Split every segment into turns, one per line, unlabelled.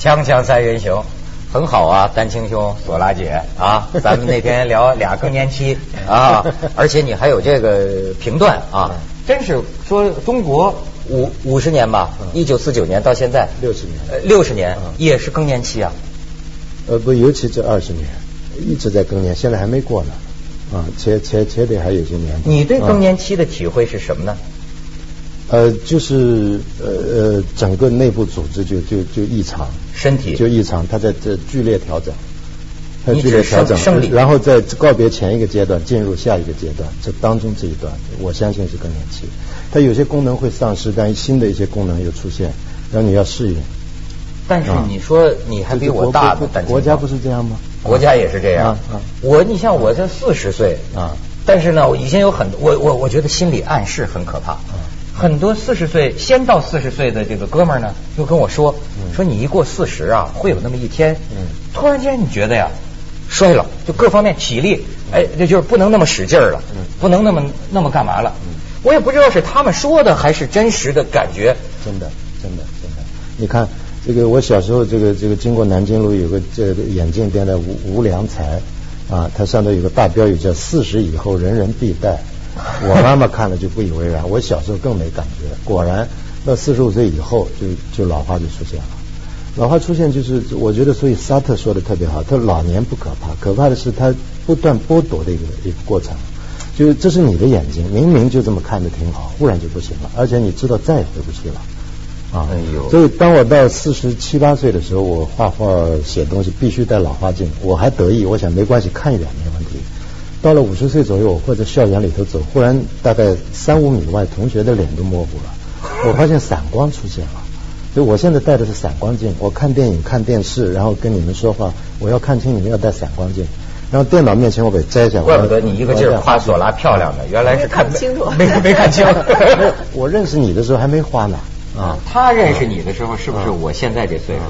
锵三人行，很好啊，丹青兄、
朵拉姐
啊，咱们那天聊俩更年 期啊，而且你还有这个评断啊，真是说中国五五十年吧，一九四九年到现在
60年
呃六十年
嗯
也是更年期啊，
呃，不，尤其这二十年一直在更年，现在还没过呢。啊，且且且得还有些年。
你对更
啊
年期的体会是什么呢？
呃，就是呃呃，整个内部组织就就就异常，
身体
嗯就异常，它在这剧烈调整，它
你
剧
指
烈调整，
生生理
然后在告别前一个阶段进入下一个阶段，这当中这一段，我相信是更年期，它有些功能会丧失，但新的一些功能又出现，然后你要适应。
但是
啊
你说你还比我大
这这
呢，丹青
国国
兄
家不是这样吗？
国家也是这样
啊啊。
我，你像我这四十岁
啊，
但是呢，我已经有很多，我我我觉得心理暗示很可怕。很多四十岁先到四十岁的这个哥们儿呢，就跟我说说你一过四十啊，会有那么一天，突然间你觉得呀，衰老，就各方面体力，哎，这就是不能那么使劲儿了，不能那么那么干嘛了。我也不知道是他们说的还是真实的感觉。
真的，真的，真的。你看，这个我小时候，这个这个经过南京路有个这个眼镜店的吴吴良才，啊，他上头有个大标语叫“四十以后人人必戴”，我妈妈看了就不以为然，我小时候更没感觉。果然，到四十五岁以后就就老化就出现了。老化出现就是，我觉得，所以沙特说的特别好，他老年不可怕，可怕的是他不断剥夺的一个一个过程。就是这是你的眼睛，明明就这么看着挺好，忽然就不行了，而且你知道再也回不去了。啊，
哎呦
所以当我到四十七八岁的时候，我画画写东西必须戴老花镜，我还得意，我想没关系，看一眼没问题。到了五十岁左右，我会在校园里头走，忽然大概三五米外，同学的脸都模糊 了，我发现散光出现了。所以我现在戴的是散光镜，我看电影、看电视，然后跟你们说话，我要看清你们要戴散光镜。然后电脑面前我给摘下，我
怪
要
不得你一个劲
我
儿
要戴
夸索拉漂亮的，原来是看
没看清楚
没没看清。
我认识你的时候还没花呢，啊，
他认识你的时候，是不是我现在这岁数？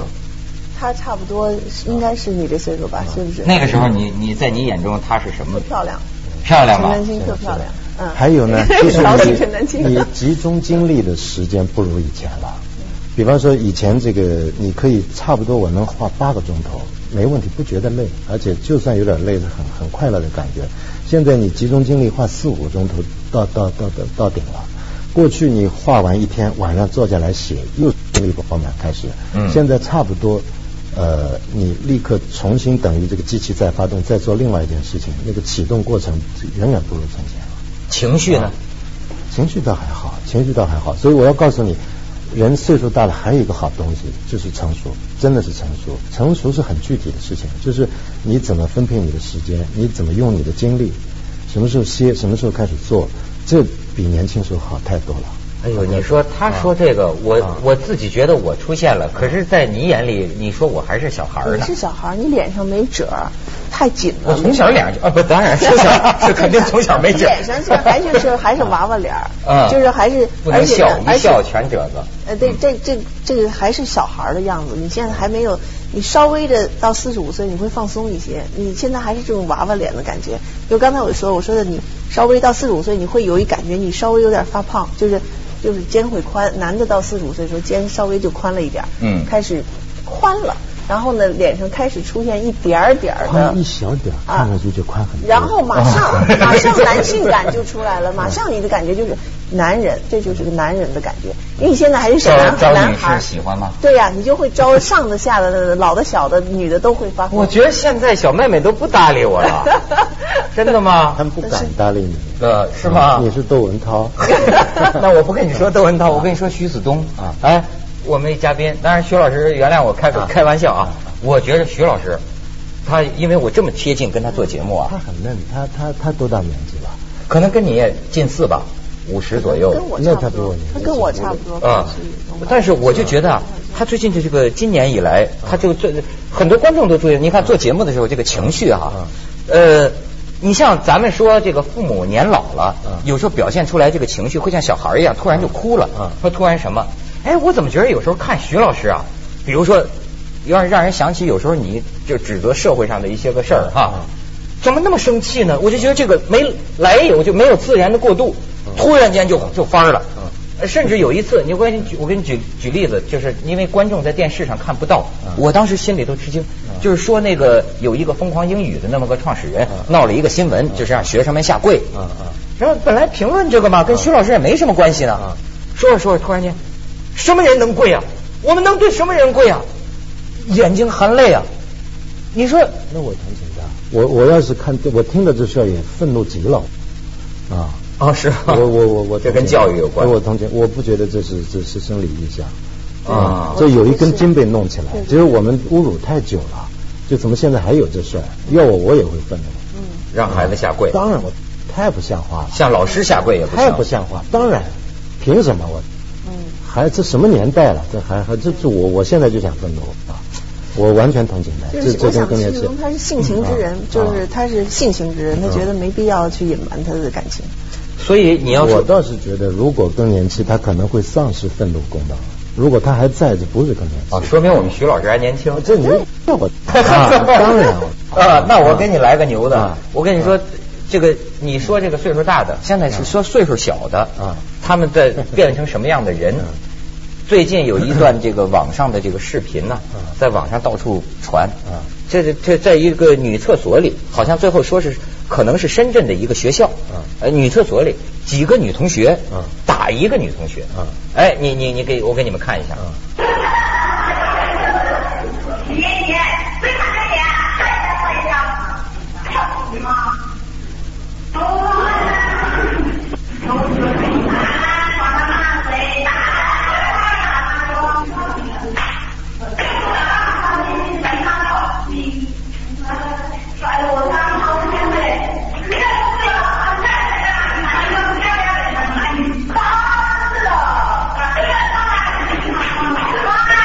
他差不多是应该是你这岁数吧，是不是？
那个时候你，你在你眼中他是什么？
漂亮，
漂亮
陈
吧？
丹青特漂亮。嗯，，
还有呢 就是
老
你
请陈丹青。
你集中精力的时间不如以前了。比方说以前这个，你可以差不多我能画八个钟头，没问题，不觉得累，而且就算有点累，是很很快乐的感觉。现在你集中精力画四五个钟头，到到到到到顶了。过去你画完一天，晚上坐下来写，又精力不饱满开始。
嗯
现在差不多，呃，你立刻重新等于这个机器再发动，再做另外一件事情，那个启动过程远远不如从前了。
情绪呢？
情绪倒还好，情绪倒还好。所以我要告诉你，人岁数大了还有一个好东西，就是成熟，真的是成熟。成熟是很具体的事情，就是你怎么分配你的时间，你怎么用你的精力，什么时候歇，什么时候开始做，这比年轻时候好太多了。
哎呦，你说他说这个，我
啊
我自己觉得我出现了，可是，在你眼里，你说我还是小孩儿
你
呢
是。小孩儿，你脸上没褶儿，太紧
我
了。
从小脸就啊，不，当然从小 这肯定从小没劲儿。
脸上是还是是还是娃娃脸儿
嗯，
就是还是
不能
而且呢
笑，一
而且
笑全褶子。
呃，对，这这这个还是小孩儿的样子。你现在还没有，你稍微的到四十五岁，你会放松一些。你现在还是这种娃娃脸的感觉。就刚才我说，我说的你稍微到四十五岁，你会有一感觉，你稍微有点发胖，就是就是肩会宽。男的到四十五岁的时候，肩稍微就宽了一点儿，
嗯
开始宽了。然后呢，脸上开始出现一点儿点儿的啊
宽一小点儿，看上去就宽很多。
然后马上、
哦
马上男性感就出来了，马上你的感觉就是男人，这就是个男人的感觉，因为你现在还是小男
招
孩，
招
男
女
孩
士喜欢吗
对呀、你就会招上的下的、老的小的、女的都会发火。
我觉得现在小妹妹都不搭理我 了，真的吗
他？们不敢搭理你，
呃，是吗？。
你是窦文涛
那我不跟你说窦文涛，我跟你说徐子东
啊
哎，我们一嘉宾，当然徐老师原谅我开个
啊
开玩笑啊
啊，
我觉得徐老师，他因为我这么贴近跟他做节目
他
啊，
很嫩，他他他多大年纪了？
可能跟你也近似吧，五十左右。
跟我
那他
差不
比我
多
年，
他
轻
跟我差不多。
啊
是我们，
但是我就觉得啊，他最近就这个今年以来，他就最很多观众都注意，你看做节目的时候这个情绪哈、呃，你像咱们说这个父母年老了
嗯，
有时候表现出来这个情绪会像小孩一样，突然就哭了
嗯，
或突然什么，哎，我怎么觉得有时候看徐老师啊，比如说，要让人想起有时候你就指责社会上的一些个事儿哈
嗯。
怎么那么生
嗯
气呢？我就觉得这个没来由，就没有自然的过渡，突然间就就翻儿了。呃甚至有一次，你我给你举，我给你举举例子，就是因为观众在电视上看不到，
嗯
我当时心里都吃惊。就是说那个有一个疯狂英语的那么个创始人，
嗯
闹了一个新闻，就是让学生们下跪。
嗯嗯
然后本来评论这个嘛，跟徐老师也没什么关系呢。
嗯
说着说着，突然间，什么人能跪啊？我们能对什么人跪啊？眼睛含泪啊！你说
那我谈情的，我我要是看我听了这事儿也愤怒极了，啊。
哦是吗
我我我我
这跟教育有关
我同情，我不觉得这是这是生理现象
啊
这有一根筋被弄起来
对，对
只是我们侮辱太久了，就怎么现在还有这事儿？要我我也会愤怒。
嗯，
让孩子下跪，
当然我太不像话了，
向老师下跪也不行，
太不像话。当然，凭什么我？
嗯
还这什么年代了？这还还这这我我现在就想愤怒啊！我完全同情他，
就
这
是
这
我
跟
想
更年
形
期
容他是性情之人
嗯啊，
就是他是性情之人，他
嗯
觉得没必要去隐瞒他的感情。
所以你要
我
说
倒是觉得，如果更年期，他可能会丧失愤怒功能。如果他还在，就不是更年期。
啊，说明我们徐老师还年轻。
这你这我啊当然
哦 啊，那我给你来个牛的
啊，
我跟你说，这个你说这个岁数大的，现在是说岁数小的
啊，
他们在变成什么样的人
嗯？
最近有一段这个网上的这个视频呢
嗯，
在网上到处传
啊，
这是这在一个女厕所里，好像最后说是可能是深圳的一个学校
嗯，
呃，女厕所里几个女同学
嗯
打一个女同学
嗯，
哎，你你你给我给你们看一下。
嗯
爷爷，为啥这脸？我一下，你妈。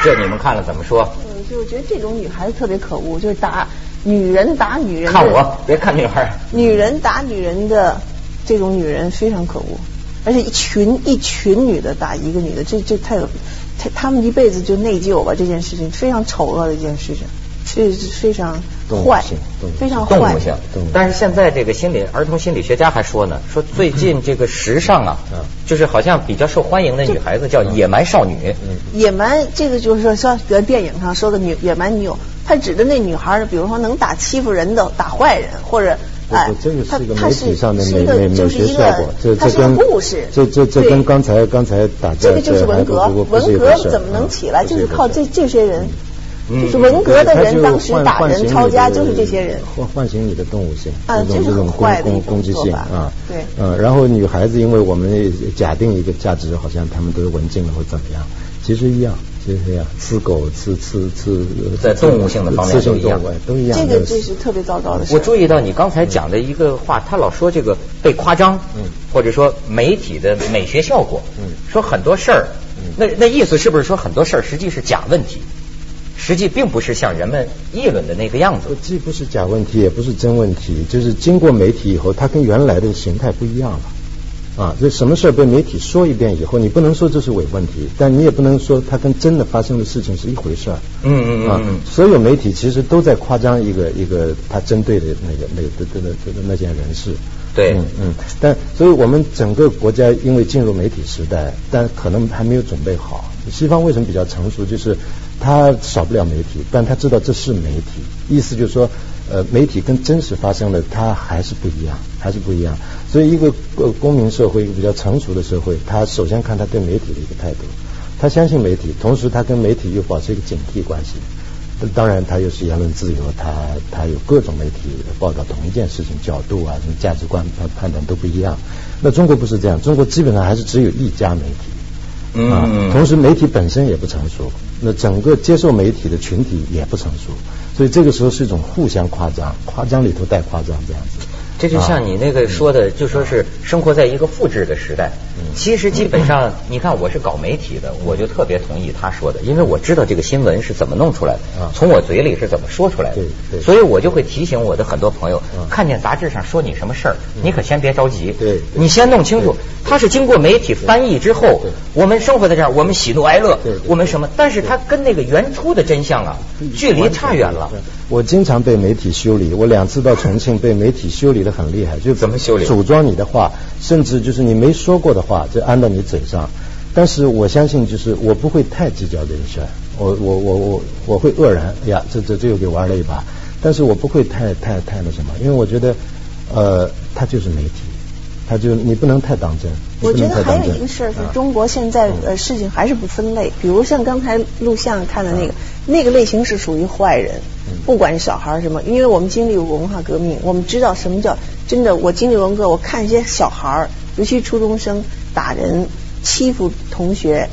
这你们看了怎么说？
嗯，就我觉得这种女孩子特别可恶，就是打女人打女人的，
看我，别看女孩儿。
女人打女人的这种女人非常可恶，而且一群一群女的打一个女的，这这太有，她她们一辈子就内疚吧，这件事情非常丑恶的一件事情，是是非常
动物
坏
性动物，
非常
动
坏
物。性
动物。
但是现在这个心理儿童心理学家还说呢，说最近这个时尚啊
嗯，
就是好像比较受欢迎的女孩子叫野蛮少女。
野蛮，这个就是说，像原电影上说的女野蛮女友，她指的那女孩儿，比如说能打欺负人的、打坏人，或者
不
哎
不，，这个
她
是一个
她
媒体上的
是
美
一个
美美
就是
学
一
效
个
果，这
它
这
是一
跟
个故事，
这这这跟
对
刚才刚才打架
这个就是文革
还不，不不是
文
一
革
回事
怎么能起来？
嗯
就是靠这
不
这些人，
嗯
就是文革的人当时
他就
打
唤
人、抄家，就是这些人。
唤唤醒你的动物性，
啊
这种
这
这
是
种
很
攻
坏的一
攻
种
攻击
做
性
法
啊，
对
嗯，然后女孩子，因为我们也假定一个价值，好像她们都是文静的或怎么样，其实一样，其实一样，吃狗吃吃吃，
在动物性的方面
雌性
都一样
动物哎都一样，
这
没
个
有
就是特别糟糕的事。
我注意到你刚才讲的一个话，他老说这个被夸张，
嗯
或者说媒体的美学效果，
嗯
说很多事儿
嗯，
那那意思是不是说很多事儿实际是假问题，实际并不是像人们议论的那个样子？
呃既不是假问题，也不是真问题，就是经过媒体以后，它跟原来的形态不一样了。啊，就什么事儿被媒体说一遍以后，你不能说这是伪问题，但你也不能说它跟真的发生的事情是一回事儿。
嗯嗯嗯
啊
嗯
所有媒体其实都在夸张一个一个他针对的那个那个那个那个那件人事。
对
嗯嗯。但所以我们整个国家因为进入媒体时代，但可能还没有准备好。西方为什么比较成熟？就是他少不了媒体，但他知道这是媒体，意思就是说，呃，媒体跟真实发生的它还是不一样，还是不一样。所以一个呃公民社会，一个比较成熟的社会，他首先看他对媒体的一个态度，他相信媒体，同时他跟媒体又保持一个警惕关系。当然，它又是言论自由，它它有各种媒体报道同一件事情角度啊，什么价值观判判断都不一样。那中国不是这样，中国基本上还是只有一家媒体，
嗯
啊
嗯
同时媒体本身也不成熟，那整个接受媒体的群体也不成熟，所以这个时候是一种互相夸张，夸张里头带夸张这样子。
这就像你那个说的，就说是生活在一个复制的时代。
嗯
其实基本上，你看我是搞媒体的，我就特别同意他说的，因为我知道这个新闻是怎么弄出来的
啊，
从我嘴里是怎么说出来的
对，对
所以我就会提醒我的很多朋友
嗯，
看见杂志上说你什么事儿，你可先别着急，
对对
你先弄清楚，它是经过媒体翻译之后
对，
我们生活在这儿，我们喜怒哀乐
对对，
我们什么，但是它跟那个原初的真相啊，距离差远了。
我经常被媒体修理，我两次到重庆被媒体修理的很厉害，就
怎么修理
组装你的话，甚至就是你没说过的话，就安到你嘴上。但是我相信，就是我不会太计较人生，我我我我我会愕然，哎呀，这这这又给玩了一把。但是我不会太太太那什么，因为我觉得，呃，它就是媒体，它就你不能太当真。你
我
不
觉
能
得
太当
还有
真
一个事儿是
啊
中国现在
嗯
呃事情还是不分类，比如像刚才录像看的那个，那个类型是属于坏人
嗯，
不管是小孩儿什么，因为我们经历过文化革命，我们知道什么叫真的。我经历文革，我看一些小孩儿，尤其初中生打人、欺负同学，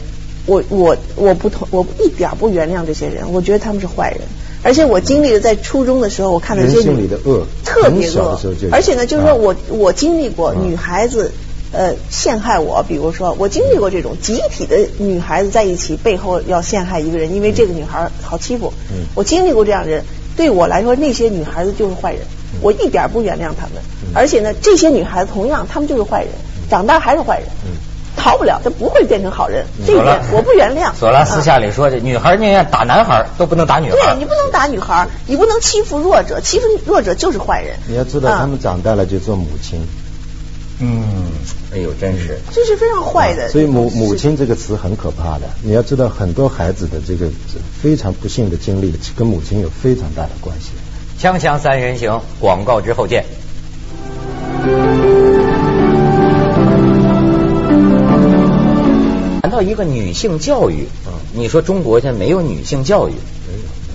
我我我不同，我一点儿不原谅这些人，我觉得他们是坏人。而且我经历了在初中的时候，我看到
人
这
性
女
里的恶
特别
很小的
恶
时候就有，
而且呢，就是说
啊
我我经历过
嗯
女孩子呃陷害我，比如说我经历过这种集体的女孩子在一起背后要陷害一个人，因为这个女孩好欺负
嗯，
我经历过这样的人，对我来说那些女孩子就是坏人，我一点儿不原谅她们
嗯，
而且呢，这些女孩子同样她们就是坏人，长大还是坏人
嗯。
逃不了，她不会变成好人，这一
索
点
拉
我不原谅。
索拉私
嗯
下里说，这女孩宁愿打男孩都不能打女孩。
对你不能打女孩儿，你不能欺负弱者，欺负弱者就是坏人。
你要知道，
啊
他们长大了就做母亲，
嗯，哎呦，真是。
这是非常坏的。
啊所以母母亲这个词很可怕的。你要知道，很多孩子的这个非常不幸的经历，跟母亲有非常大的关系。
锵锵三人行，广告之后见。谈到一个女性教育，
嗯
你说中国现在没有女性教育，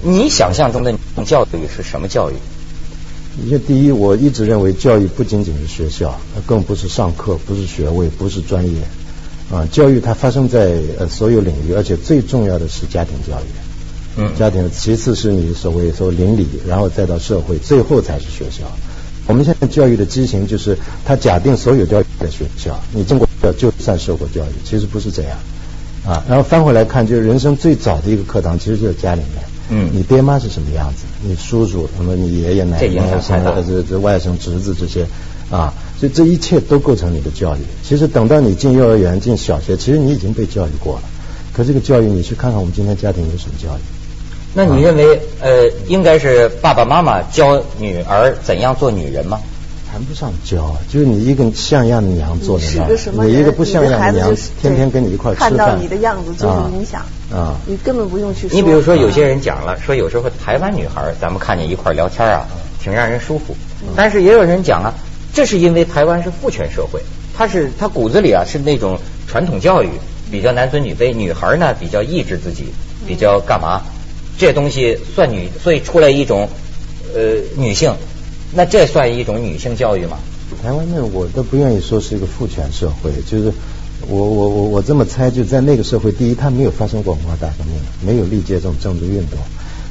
你想象中的女性教育是什么教育？
因为第一，我一直认为教育不仅仅是学校，呃更不是上课，不是学位，不是专业。啊，教育它发生在呃所有领域，而且最重要的是家庭教育。
嗯
家庭，其次是你所谓说邻里，然后再到社会，最后才是学校。我们现在教育的畸形就是，它假定所有教育在学校，你经过学校就算受过教育，其实不是这样啊。然后翻回来看，就是人生最早的一个课堂，其实就是家里面。
嗯
你爹妈是什么样子？你叔叔，那么你爷爷奶
这影
奶
响
什
太
么
大
的，这这外甥侄子这些啊，所以这一切都构成你的教育。其实等到你进幼儿园、进小学，其实你已经被教育过了。可这个教育，你去看看我们今天家庭有什么教育？
那你认为呃，应该是爸爸妈妈教女儿怎样做女人吗？
谈不上教啊，就是你一个像样的娘做的
你是
娘
个什么，人
你一个不像样
你的孩子
娘
就是，
天天跟你一块儿吃饭，
看到你的样子就是影响
啊。
你根本不用去说。啊
你比如说，有些人讲了，说有时候台湾女孩儿，咱们看见一块儿聊天啊，挺让人舒服。但是也有人讲啊，这是因为台湾是父权社会，它是它骨子里啊是那种传统教育，比较男尊女卑，女孩儿呢比较抑制自己，比较干嘛，这东西算女，所以出来一种呃女性，那这算一种女性教育吗？
台湾那我都不愿意说是一个父权社会，就是我我我我这么猜，就在那个社会，第一，它没有发生过文化大革命，没有历届这种政治运动；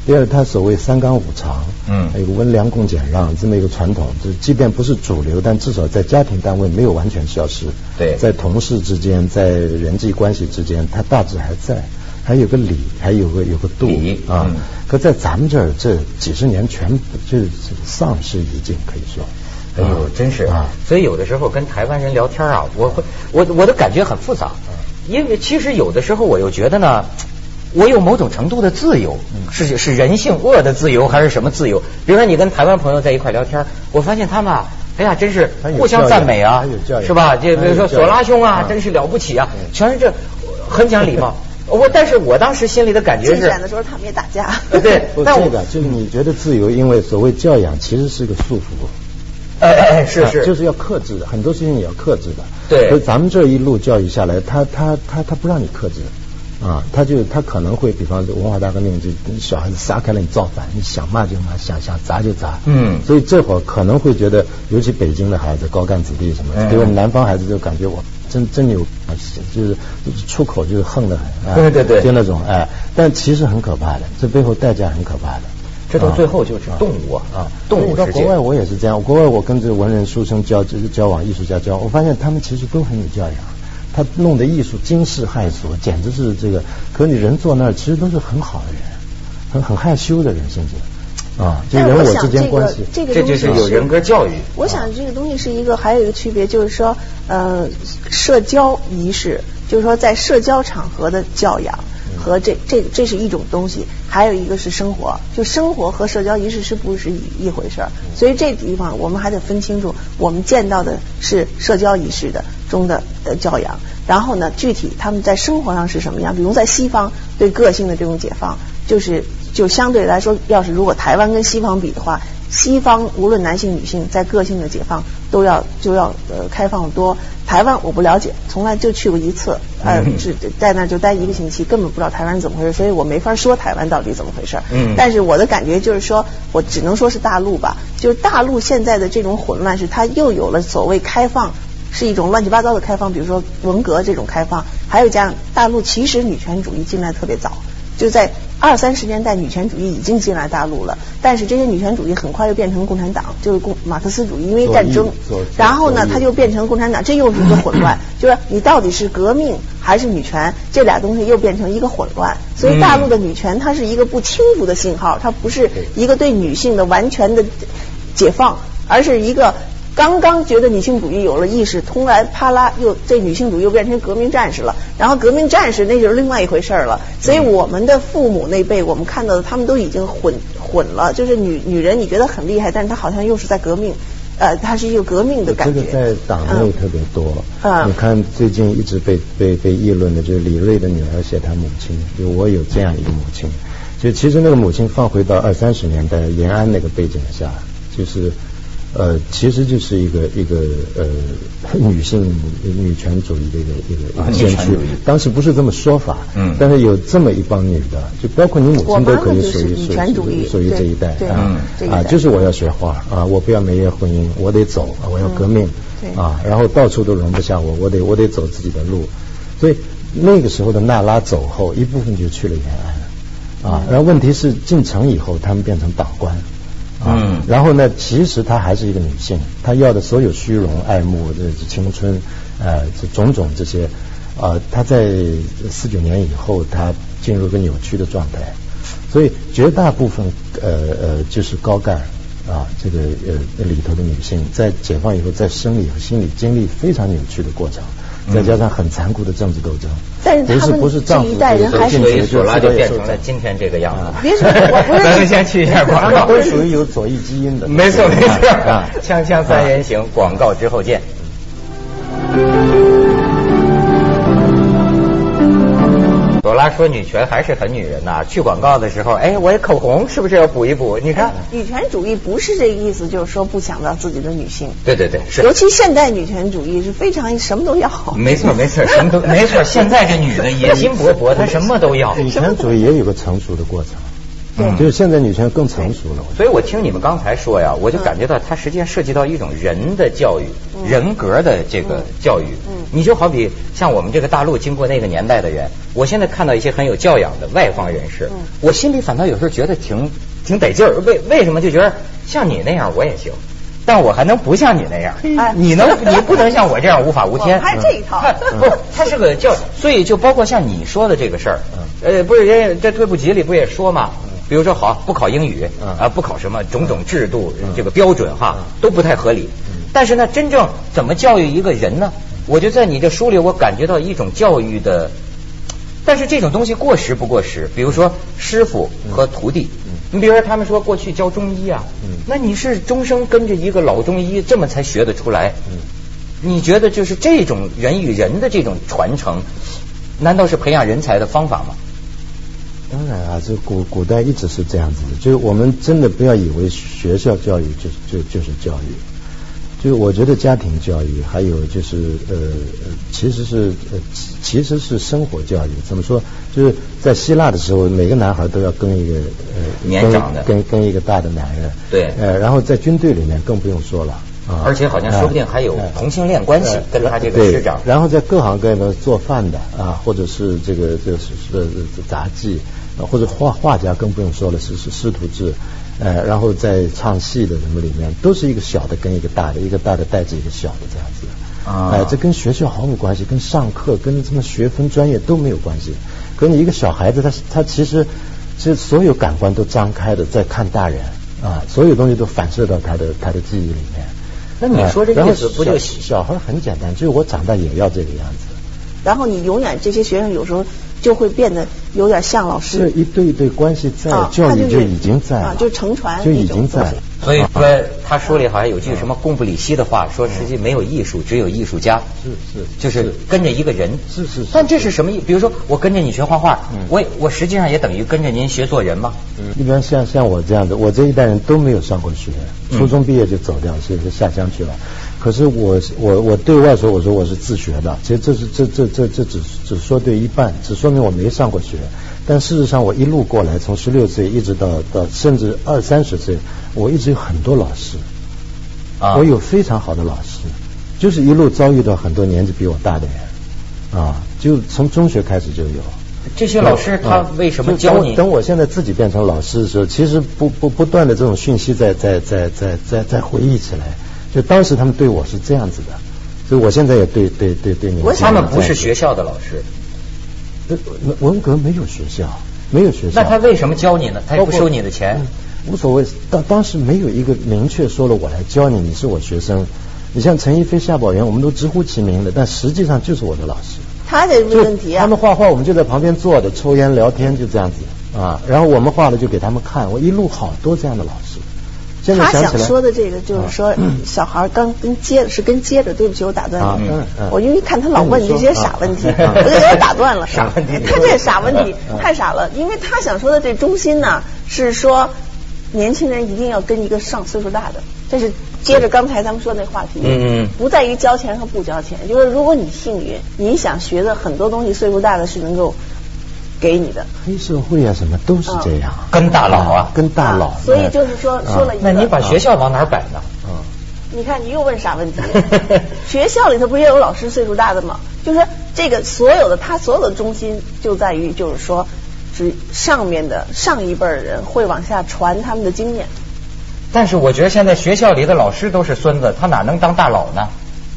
第二，它所谓三纲五常，
嗯
有个温良恭俭让这么一个传统，就即便不是主流，但至少在家庭单位没有完全消失。
对
在同事之间，在人际关系之间，它大致还在，还有个理，还有个有个度
理
啊。
嗯
可在咱们这儿，这几十年全就是丧失已尽，可以说。
哎呦，真是！
啊
所以有的时候跟台湾人聊天啊，我会我我的感觉很复杂，
嗯
因为其实有的时候我又觉得呢，我有某种程度的自由，
嗯
是是人性恶的自由还是什么自由？比如说你跟台湾朋友在一块聊天，我发现他们啊。哎呀，真是
他有
互相
教
赞
养
美啊
他有教，养
是吧？这比如说
他有教
索
养
拉兄啊
嗯，
真是了不起啊
嗯，
全是这很讲礼 貌。我但是我当时心里的感觉
竞
是，
选的时候他们也打架。
呃对
不，
但
这
我
个就是你觉得自由，因为所谓教养其实是个束缚，
哎哎哎是
啊
是，
就是要克制的，很多事情你要克制的。
对
可是咱们这一路教育下来，他他他他不让你克制。啊，他就他可能会，比方说文化大革命，就小孩子撒开了你造反，你想骂就骂，想想砸就砸，
嗯
所以这会儿可能会觉得，尤其北京的孩子高干子弟什么的，
嗯
给我们南方孩子就感觉我真真牛，就是出口就是横的很，哎
对对对
就那种哎，但其实很可怕的，这背后代价很可怕的。
这到最后就是动物啊
啊，
动物
到
世界
国外我也是这样，国外我跟这文人书生交就是交往，艺术家交往，我发现他们其实都很有教养。他弄的艺术惊世骇俗，简直是这个。可你人坐那儿，其实都是很好的人，很很害羞的人，甚至啊，就
但
人
我
我
想
之
这
间
个
关系。
这个
这
东
就
西
是有人格教育
我想这个东西是一个，还有一个区别就是说，呃，社交仪式，就是说在社交场合的教养和这这这是一种东西，还有一个是生活，就生活和社交仪式是不是一一回事儿？所以这地方我们还得分清楚，我们见到的是社交仪式的中的呃教养，然后。然后呢，具体他们在生活上是什么样？比如在西方对个性的这种解放，就是就相对来说，要是如果台湾跟西方比的话，西方无论男性女性在个性的解放都要就要呃开放得多。台湾我不了解，从来就去过一次，呃，只在那儿就待一个星期，根本不知道台湾是怎么回事，所以我没法说台湾到底怎么回事。
嗯
但是我的感觉就是说，我只能说是大陆吧，就是大陆现在的这种混乱是它又有了所谓开放。是一种乱七八糟的开放，比如说文革这种开放，还有加上大陆其实女权主义进来特别早，就在二三十年代女权主义已经进来大陆了，但是这些女权主义很快又变成共产党，就是共马克思主义，因为战争
左翼左，
然后呢
左翼
它就变成共产党，这又是一个混乱，就是你到底是革命还是女权，这俩东西又变成一个混乱，所以大陆的女权它是一个不清楚的信号，它不是一个对女性的完全的解放，而是一个刚刚觉得女性主义有了意识，突然啪啦又这女性主义又变成革命战士了，然后革命战士那就是另外一回事儿了。所以我们的父母那辈，我们看到的他们都已经混混了，就是女女人你觉得很厉害，但是她好像又是在革命，呃，她是一个革命的感
这
觉。
个在党内
嗯
特别多。
嗯
你看最近一直被被被议论的就是李锐的女儿写她母亲，就我有这样一个母亲。就其实那个母亲放回到二三十年代延安那个背景下，就是呃，其实就是一个一个呃女性女权主义的一个一个
啊
一个
女
先
权
驱
主义。
当时不是这么说法，
嗯
但是有这么一帮女的，就包括你母
我
亲
妈
都
妈
可以
就是
属于
女
属
权主义
于属于
对
这一代
对
啊
这一代
啊，就是我要学画啊，我不要美艳婚姻，我得走，啊我要革命、
对
啊，然后到处都容不下我，我得我得走自己的路。所以那个时候的那拉走后，一部分就去了延安啊，然后问题是进城以后，他们变成党官。啊
嗯
然后呢，其实她还是一个女性，她要的所有虚荣、爱慕、这这青春，呃，这种种这些，啊、她在四九年以后，她进入一个扭曲的状态，所以绝大部分呃呃就是高干啊，这个呃里头的女性，在解放以后，在生理和心理经历非常扭曲的过程，再加上很残酷的政治斗争，
但是
不
他
是
们
不是
这
丈夫
一代人
就是
还是
进
所
去
以
就
索拉
知道
就
也
变
受
成了
罪
今天这个样子
啊。
别说我不认识
咱们先去一下
他
广
们
告。
都属于有左翼基因 的，
没错没错
啊。，
锵锵三人行，广告之后见。朵拉说：“女权还是很女人呐、去广告的时候，哎，我口红是不是要补一补？你看，
女权主义不是这个意思，就是说不想到自己的女性，
对对对，是
尤其现代女权主义是非常什么都要。
嗯
没错没错，什么都没错。现在这女的野心勃勃，她什么都要。
女权主义也有个成熟的过程，
嗯
就是现在女权更成熟了。我觉
所以我听你们刚才说
嗯
呀，我就感觉到它实际上涉及到一种人的教育、人格的这个教育。
嗯
你就好比像我们这个大陆经过那个年代的人，我现在看到一些很有教养的外方人士，
嗯
我心里反倒有时候觉得挺挺得劲儿。为为什么就觉得像你那样我也行？但我还能不像你那样，
哎
你能你不能像我这样无法无天？嗯
我拍这一套
他不，他是个教，所以就包括像你说的这个事儿，
嗯
呃，不是人家在退步集里不也说嘛？比如说好不考英语
嗯
啊，不考什么种种制度这个标准哈都不太合理
嗯。
但是呢，真正怎么教育一个人呢？我就在你这书里，我感觉到一种教育的，但是这种东西过时不过时？比如说师傅和徒弟
嗯，
你比如说他们说过去教中医啊
嗯，
那你是终生跟着一个老中医，这么才学得出来。
嗯
你觉得就是这种人与人的这种传承，难道是培养人才的方法吗？
得当然啊，这古古代一直是这样子的，就是我们真的不要以为学校教育就就就是教育，就是我觉得家庭教育，还有就是呃，呃其实是呃，其其实是生活教育。怎么说？就是在希腊的时候，每个男孩都要跟一个呃
年
跟
长的
跟跟一个大的男人。
对
呃，然后在军队里面更不用说了。啊
而且好像说不定还有
哎哎
同性恋关系
呃
跟他这个
对
师长
然后在各行各业的做饭的啊，或者是这个这是是杂技，啊或者画画家更不用说了，是是师徒制，呃，然后在唱戏的什么里面，都是一个小的跟一个大的，一个大的带着一个小的这样子。
啊
哎、这跟学校毫无关系，跟上课、跟什么学分、专业都没有关系。可你一个小孩子，他他其实是所有感官都张开的在看大人啊，所有东西都反射到他的他的记忆里面。
那你说这
哎然后
意思不就
小小孩很简单，就是我长大也要这个样子。
然后你永远这些学生有时候就会变得有点像老
这
师。
一对一对关系在
啊，
教
他
育
就
就是已经在了
啊就承传
就已经
那
在啊
种。
所以说，他书里好像有句什么“贡布里希”的话，说实际没有艺术，只有艺术家。
是是
就是跟着一个人。
是是是
但这是什么意？比如说，我跟着你学画画
嗯，
我也我实际上也等于跟着您学做人吗？
一般像像我这样的，我这一代人都没有上过学，
嗯
初中毕业就走掉，所以就下乡去了。可是我我我对外说，我说我是自学的，其实这是这这这这只只说对一半，只说明我没上过学。但事实上，我一路过来，从十六岁一直到到甚至二三十岁，我一直有很多老师，
啊
我有非常好的老师，就是一路遭遇到很多年纪比我大的人，啊，就从中学开始就有。
这些老师
嗯
他为什么教你
就等我等我现在自己变成老师的时候，其实不不不断的这种讯息在在在在在在回忆起来，就当时他们对我是这样子的，所以我现在也对对对对你们
我
这
他
样子。
们不是学校的老师，
呃，文革没有学校，没有学校。
那他为什么教你呢？他也
包
不
括
收你的钱。
嗯无所谓。当当时没有一个明确说了我来教你，你是我学生。你像陈一飞、夏宝元，我们都直呼其名的，但实际上就是我的老师。
他的
就
问题
他
啊
们，画画，我们就在旁边坐着抽烟聊天，就这样子啊。然后我们画了就给他们看，我一路好多这样的老师。现在
他
想起
想
来，啊嗯
说的这个就是说，小孩儿刚跟接是跟接着，对不起，我打断
啊
你。
当然嗯
我因为看他老问
那你
你
说
这些傻问 题，
啊啊
我就给他打断 了。
傻问题
他这傻问题
嗯
太傻了，因为他想说的这中心呢是说，年轻人一定要跟一个上岁数大的，这是接着刚才咱们说那话题。
嗯嗯
不在于交钱和不交钱，就是如果你幸运，你想学的很多东西，岁数大的是能够给你的。
黑社会啊什么都是这样，
跟大佬啊
跟大佬
嗯啊。所以就是说说了一个
那你把学校往哪儿摆呢？
啊
你看，你又问啥问 题？学校里头不是也有老师岁数大的吗？就是说这个所有的他所有的中心就在于，就是说，只上面的上一辈儿的人会往下传他们的经验。
但是我觉得现在学校里的老师都是孙子，他哪能当大佬呢？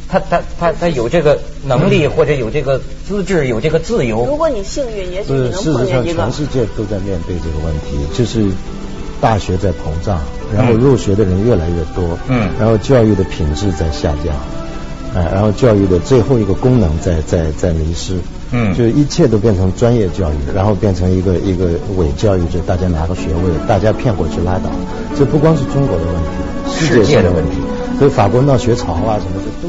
他他他他有这个能力，或者有这个资质，有这个自由。
如果你幸运，也许你
是，
能
哦事
碰
实
见
上，
一个
全。世界都在面对这个问题，就是大学在膨胀，然后
嗯
入学的人越来越多，
嗯
然后教育的品质在下降，哎，然后教育的最后一个功能在在在迷失，
嗯
就是一切都变成专业教育，然后变成一个一个伪教育，就大家拿个学位，大家骗过去拉倒，这不光是中国的问题，世
世界的
性的问
问
题，所以法国闹学潮啊什么的都。